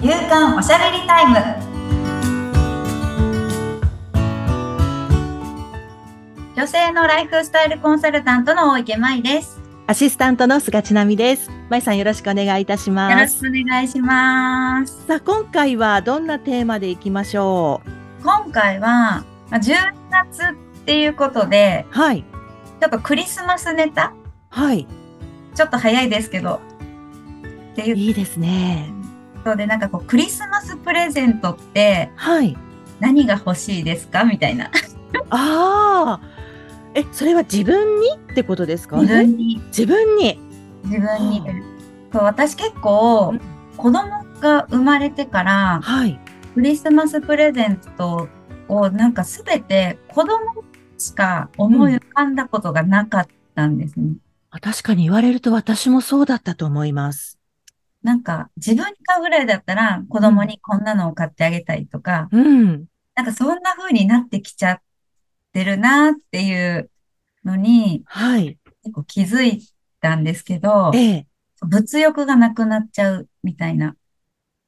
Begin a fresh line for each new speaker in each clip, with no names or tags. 夕刊おしゃべりタイム女性のライフスタイルコンサルタントの大池舞です
アシスタントの菅千奈美です。まいさんよろしくお願いいたし
よろ
ます。
しくお願いします
さあ、今回はどんなテーマでいきましょう
今回はまあ10月っていうことで
はい。
ちょっとクリスマスネタ
はい。
ちょっと早いですけどっていう
いいですね。
ことでなんかこうクリスマスプレゼントって
はい。
何が欲しいですかみたいな
ああ。え、それは自分にってことですか
自
ね
分に
自分に。
自分に
は
そう私結構子供が生まれてから
はい。
クリスマスプレゼントをなんかすべて子供しか思い浮かんだことがなかったんですね。
あ確かに言われると私もそうだったと思います。
なんか自分に買うぐらいだったら子供にこんなのを買ってあげたいとか、
うん。
なんかそんな風になってきちゃってるなっていうのに
はい。
結構気づいたんですけど、
ええ。
物欲がなくなっちゃうみたいな。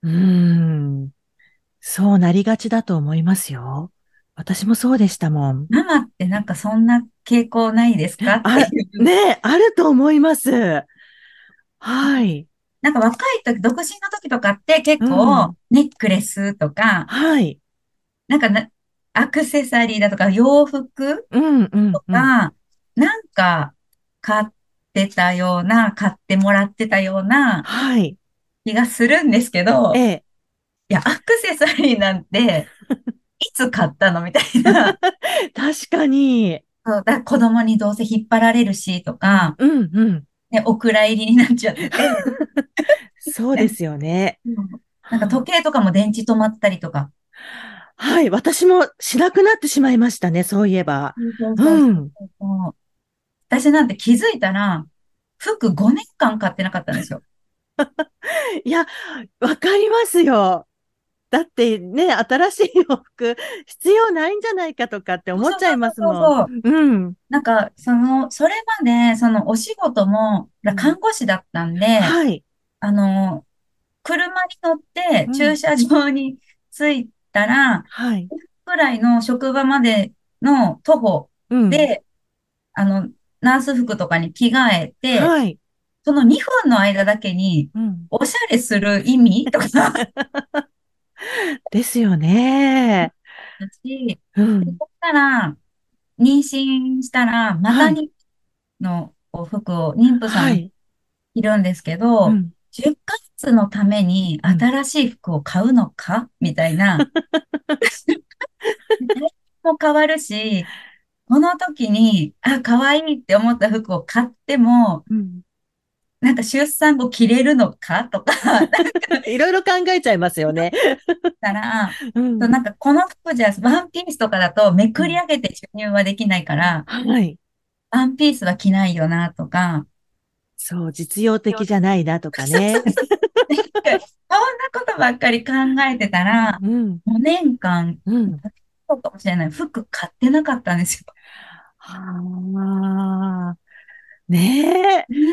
うーん。そうなりがちだと思いますよ。私もそうでしたもん。
ママってなんかそんな傾向ないですかって
あ
いう
ねえ、あると思います。はい。
なんか若い時、独身の時とかって結
う
構ネックレスとか、
はい。
なんかなアクセサリーだとか洋服
うん、うん。
と
うん
か、なんか買ってたような、買ってもらってたような
はい。
気がするんですけど、
え
い
え。
や、アクセサリーなんて、いつ買ったのみたい な。
確かに。
そうだ子供にどうせ引っ張られるしとか、
うん、うん。
ね、お蔵入りになっちゃってて、
そうですよね。
なんか時計とかも電池止まったりとか。
はい。私もしなくなってしまいましたね。そういえば。うん。
もう私なんて気づいたら、服5年間買ってなかったんですよ。
いや、わかりますよ。だってね、新しい洋服必要ないんじゃないかとかって思っちゃいます
そうそう
もん。
そうそう
うん。
なんか、その、それまで、そのお仕事も
うん、
看護師だったんで、
はい。
あの、車に乗って
うん
駐車場に着いたら、
はい。
くらいの職場までの徒歩
うん。、
で、あの、ナース服とかに着替えて、
はい。
その2分の間だけに、
うん。
おしゃれする意味とかだ
ですよね。
し、
うん
で。そしたら、妊娠したら、マタニのこう服を妊婦さ
は
んに
い。
いるんですけど、
うん
10ヶ月のために新しい服を買うのかみたい な。も変わるし、この時に、あ、可愛いって思った服を買っても、
うん。
なんか出産後着れるのかとか、だっ
いろいろ考えちゃいますよね。
たら、
うん
そうなんかこの服じゃ、ワンピースとかだとめくり上げて注入はできないから、
はい。
ワンピースは着ないよなとか、
そう、実用的じゃないなとかね。
なんかそんなことばっかり考えてたら、
うん。
5年間、
うん。
そうかもしれない。服買ってなかったんですよ。
はあ。ねえ。
ね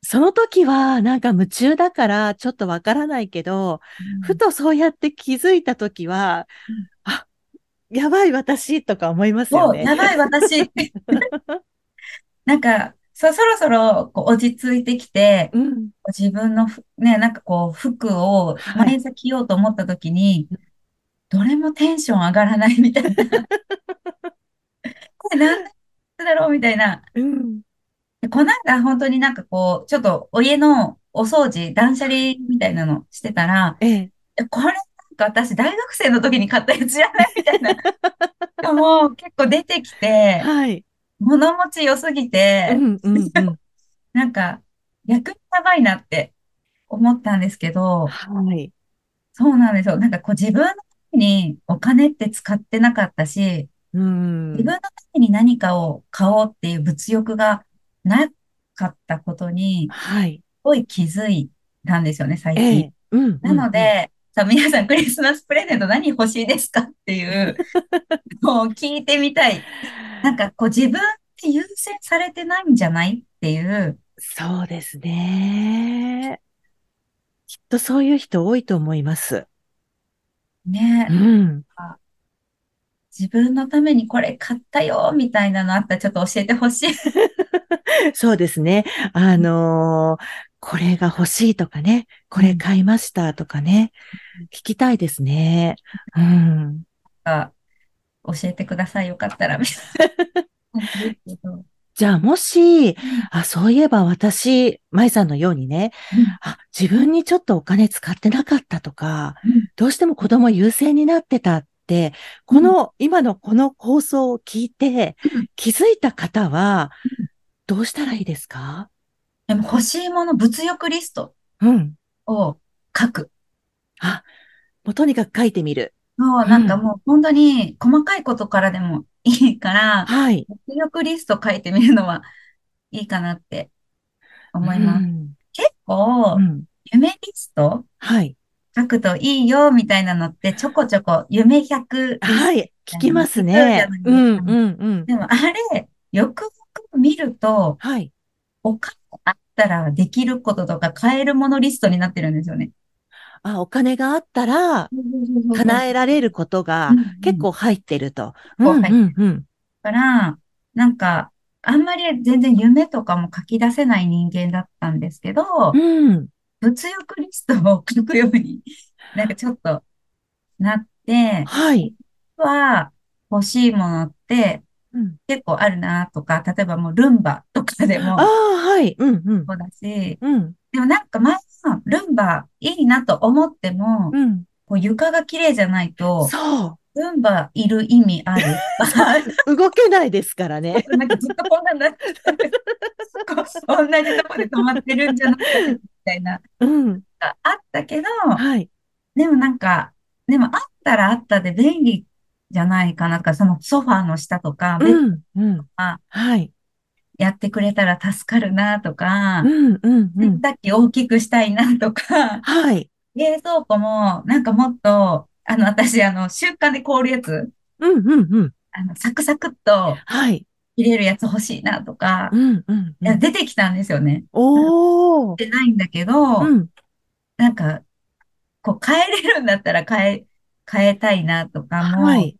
その時は、なんか夢中だから、ちょっとわからないけど、ふとそうやって気づいた時は
うん、
あ、やばい私とか思いますよ
もう、
ね。
やばい私って。なんか、そ、そろそろこう落ち着いてきて、
うん。
自分のふ、ね、なんかこう、服を
はい
毎朝着ようと思った時に、どれもテンション上がらないみたいな。これなんでだろうみたいな。
うん。
でこの間、本当になんかこう、ちょっとお家のお掃除、断捨離みたいなのしてたら、
ええ。
えこれなんか私大学生の時に買ったやつじゃないみた いな。がもう結構出てきて、
はい。
物持ち良すぎ
う
て、
ん、うん、うん。
なんか逆にやばいなって思ったんですけど、
はい。
そうなんですよ。なんかこう自分のためにお金って使ってなかったし、
うん。
自分のために何かを買おうっていう物欲がなかったことに、
はい。
すごい気づいたんですよね、最
え
近。
え。うん。
なの、で、さあ皆さんクリスマスプレゼント何欲しいですかって いうのを聞いてみたい。なんかこう自分って優先されてないんじゃないっていう、
そうですね。きっとそういう人多いと思います。
ね
う。ん。
自分のためにこれ買ったよ、みたいなのあったらちょっと教えてほしい。
そうですね。あのーこれが欲しいとかね、これ買いましたとかね、聞きたいですね。うん。
か教えてください。よかったら、み たいな。うん
じゃあもし、あ、そういえば私、舞さんのようにね、あ、自分にちょっとお金使ってなかったとか、
うん
どうしても子供優先になってたって、この、今のこの放送を聞いて
うん、
気づいた方は
う、
どうしたらいいですか
でも欲しいもの、物欲リスト
うん。
を書く。
あ、もうとにかく書いてみる。
もう
うん
なんかもう本当に細かいことからでもいいから、
はい。
物欲リスト書いてみるのはいいかなって思います。
うん
結構
う、ん。
夢リスト
はい。
書くといいよみたいなのってちょこちょこ夢100リスト
はい。聞きま
そ
す
うじ
ね
ゃない。です
う
か
ん、うん、うん。
でもあれ、よくよく見ると、
はい。
お金あったらできることとか買えるものリストになってるんですよね。
あ、お金があったら、叶えられることが
うんうん
結構入ってると。う
構
ん、
入って
うん、うん。
だから、なんか、あんまり全然夢とかも書き出せない人間だったんですけど、
うん。
物欲リストを書くように、なんかちょっとなって、
はい。
は欲しいものって
うん
結構あるなとか、例えばもうルンバとかでも
ああ、はい。うん、うん。
そうだし、
うん、
でもなんか前のルンバいいなと思っても、
うん。
こう床が綺麗じゃないと、
そう。
ルンバいる意味あ る。
動けないですからね。
なんかずっとこんなんなってて、こう同じとこで止まってるんじゃなくて、みたいな、の
うん。
があったけど、
はい。
でもなんか、でもあったらあったで便利じゃないかなとか、そのソファーの下とか、ベッド
うん。うん。
あ
はい。
やってくれたら助かるなとか
う、ん。うん。う
洗
ん。
濯機大きくしたいなと か、
はい。
冷蔵庫もなんかもっと、あの、私、あの、習慣で凍るやつ、
うん。うん。うん。
あの、サクサクっと
はい。
入れるやつ欲しいなとか
う、ん。うん。
いや出てきたんですよね。
おー。
出てないんだけど、
うん。
なんか、こう、変えれるんだったら変え、変えたいなとかも、
はい。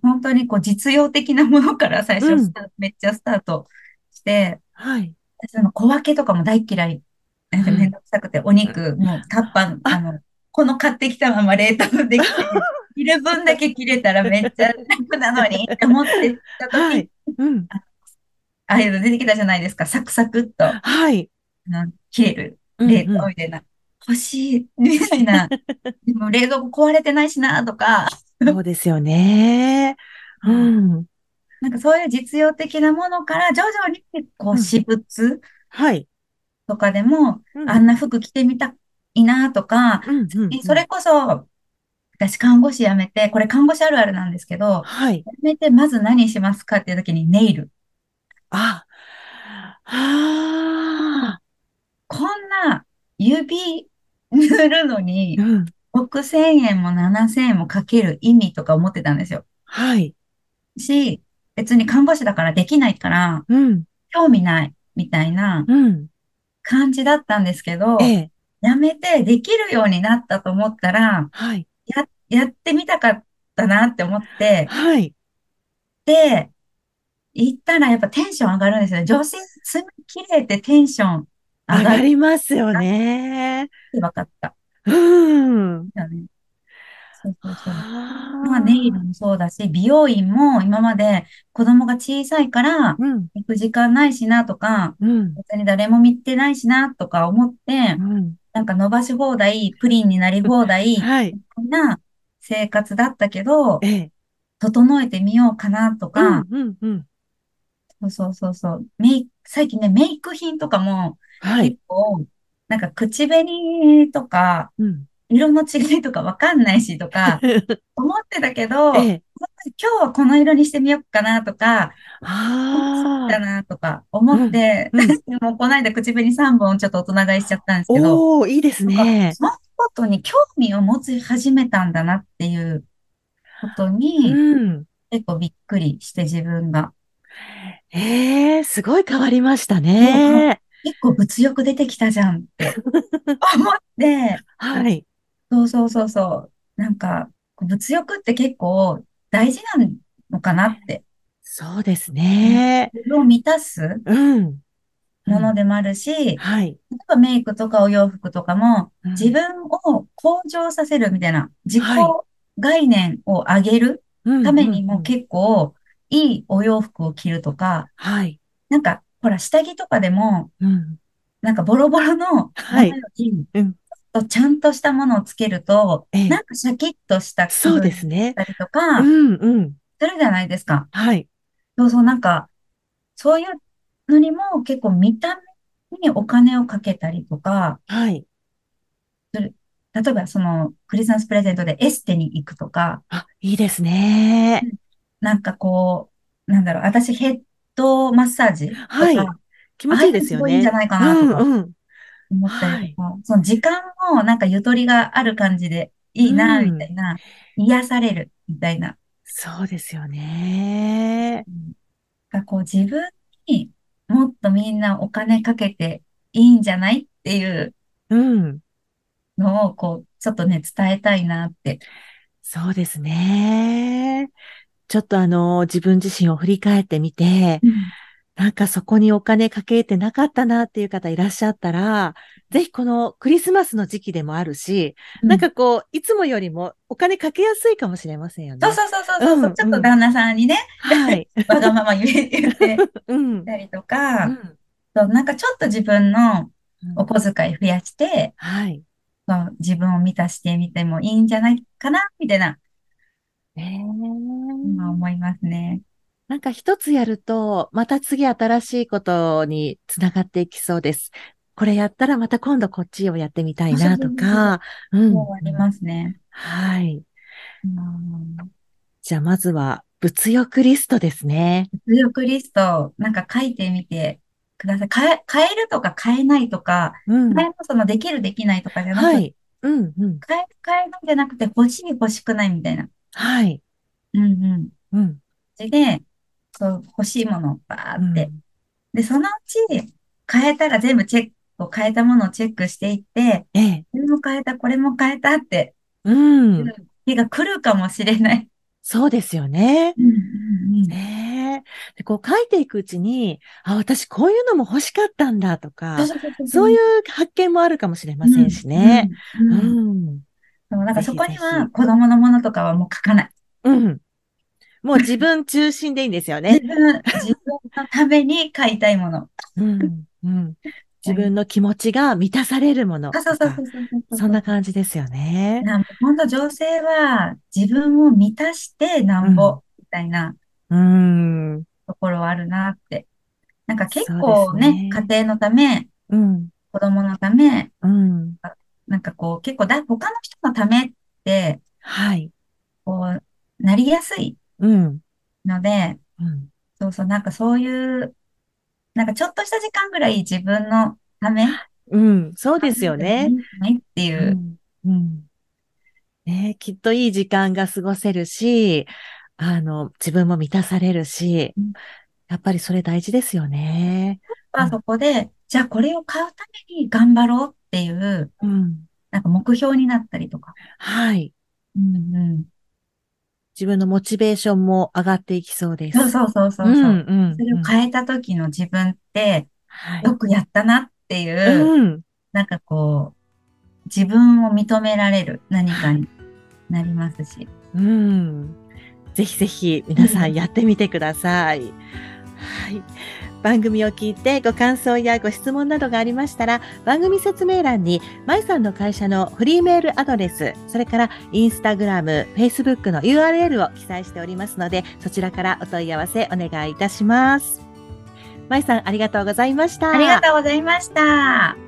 本当にこう、実用的なものから最
う
初
ん
スタめっちゃスタートして、
はい。
その小分けとかも大嫌い。なんか
うん
めんどくさくて、お肉、もうタッパン、
あ
あの、この買ってきたまま冷凍でき て、いる分だけ切れたらめっちゃ楽なのにって思ってた時
は
に、
い。うん。
ああいうの出てきたじゃないですか、サクサクっと、あ
はい。
の、切れる。
うん
冷
うん
凍みたいな。欲しい、みたい な。でも冷蔵庫壊れてないしな、とか、
そうですよね。うん。
なんかそういう実用的なものから徐々に、こ
う
う、
ん
私物
はい。
とかでも、
うん
あんな服着てみたいな、とか、
うんうんうん
それこそ、私看護師辞めて、これ看護師あるあるなんですけど、
はい。
辞めてまず何しますかっていう時にネイル。
あ。ああ。
こんな指塗るのに
うん。
6000円も7000円もかける意味とか思ってたんですよ。
はい。
し、別に看護師だからできないから、
うん。
興味ないみたいな
うん。
感じだったんですけど
え、え。
辞めてできるようになったと思ったら、
はい。
や、やってみたかったなって思って、
はい。
で、行ったらやっぱテンション上がるんですよ。女性、爪綺麗ってテンション上
上
が
が
るっ
りますよね。
て分かった。
うん。
だよね。そうそうそう。ま
あ
あ、ネイルもそうだし、美容院も今まで子供が小さいから
うん。
行く時間ないしなとか、
うん。
別に誰も見てないしなとか思って
う、ん。
なんか伸ばし放題、プリンになり放題、み
はい。
たいな生活だったけど
え、え。
整えてみようかなと
うん
か、。
うん。うん。
そうそうそうそう。メイ最近ね、メイク品とかも、
はい
結。構、なんか口紅とか、
うん。
色の違いとかわかんないしと か、思ってたけど、
え
今
え。
日はこの色にしてみようかなとか、
あ
だ
あ。
なとか思って、
うんうん
もうこの間口紅3本ちょっと大人買いしちゃったんですけど、
おお、いいです
なん
ね
か。そのことに興味を持ち始めたんだなっていうことに、
うん。
結構びっくりして自分が。
ええ、すごい変わりましたね。
結構物欲出てきたじゃんって。思って、
はい。
そうそうそうそう。なんか、物欲って結構大事なのかなって。
そうですね。
自分を満たす
うん。
ものでもあるし、例え
はい。
ばメイクとかお洋服とかも、
うん
自分を向上させるみたいな、自己
は
概念を上げるためにも
結
結構いいお洋服を着るとか、
構、はい。
なんか、ほら、下着とかでも、
うん。
なんかボロボロのもの
はい
より、
う
ち
ん
ょっとちゃんとしたものをつけると、
ええ
なんかシャキッとした気
そう
分
で
に
すね。
なったりと
う
か、
ん、うん。
するじゃないですか。
はい。
そうそう、なんか、そういうのにも結構見た目にお金をかけたりとか、
はい。
例えばそのクリスマスプレゼントでエステに行くとか、
あ、いいですね。
なんかこう、なんだろう、私ヘッドマッサージとか、
はい気持ちいいですよ
ああいうのすごいいいん
ね
じゃ。ないかなとか
うん、うん。
思ったりとか、その時間もなんかゆとりがある感じでいいな、
うん
みたいな、癒される、みたいな。
そうですよね。
なんかこう自分にもっとみんなお金かけていいんじゃないっていう
うん。
のを、こう、ちょっとね、伝えたいなって。
そうですね。ちょっとあの、自分自身を振り返ってみて、なんかそこにお金かけてなかったなっていう方いらっしゃったら、ぜひこのクリスマスの時期でもあるし、なんかこう、いつもよりもお金かけやすいかもしれませんよね。
そうそうそうそうそう、
うんうん
ちょっと旦那さんにね、
はい。
わがまま言え言って
うん。
たりと
う
か、
ん
そうなんかちょっと自分のお小遣い増やして、
はい。
そう自分を満たしてみてもいいんじゃないかな、みたいな、
ね
まあ思いますね。
なんか一つやると、また次新しいことにつながっていきそうです。これやったらまた今度こっちをやってみたいなと か。うん。
もうありますね。
はい。
うん
じゃあまずは物欲リストですね。
物欲リスト、なんか書いてみてください。買え、買えるとか買えないとか、
うん。
買えますそのできるできないとかじゃなくて、
はい。うん、うん。
買える買えないじゃなくて欲しい欲しくないみたいな。
はい。
うんうん。
うん。
それで、そう、欲しいものをバーって。
うん
で、そのうち、変えたら全部チェックを、変えたものをチェックしていって、
ええ。
これも変えた、これも変えたって、
うん
ん。日が来るかもしれない。
そうですよね。
うんうんうん。
ねえ。で、こう書いていくうちに、あ、私こういうのも欲しかったんだとか
そう、そうそうそう
そういう発見もあるかもしれませんしね。
うん。う
う
んうん
ん。
そうなんかそこに
ぜひぜ
は子供のものとかはもう書かない。
うん。もう自分中心でいいんですよね
自。分、自分のために買いたいも の。
うん。うん。自分の気持ちが満たされるものと
あ、
か。
そうそうそうそうそうそう。
そんな感じですよね。
なんか本当女性は自分を満たしてなんぼ、みたいな
うん。う
ところはあるなって。なんか結
そ
構
うです
ね、
ね
家庭のため、
ん。
子供のため、
うん。
なんかこう結構だ、他の人のためって、
はい。
こう、なりやすい
うん。
ので、
うん。
そうそう、なんかそういう、なんかちょっとした時間ぐらい自分のため、
うん。そうですよね。。
っていうう。
ん。うん。ねきっといい時間が過ごせるし、あの、自分も満たされるし
うん、
やっぱりそれ大事ですよね。
まあそこで、じゃあこれを買うために頑張ろうっていう、
うん。
なんか目標になったりとか。
はい。
うんうん。
自分のモチベーションも上がっていきそうです。
そうそうそうそうう。
ん
う
うん
それ
う
を
ん
変えた時の自分って、
はい
よくやったなっていう、
うん。
なんかこう、自分を認められる何かになりますし。
うん。ぜひぜひ皆さんやってみてください。はい。番組を聞いてご感想やご質問などがありましたら、番組説明欄に、まいさんの会社のフリーメールアドレス、それからインスタグラム、フェイスブックの URL を記載しておりますので、そちらからお問い合わせお願いいたします。まいさん、ありがとうございました。
ありがとうございました。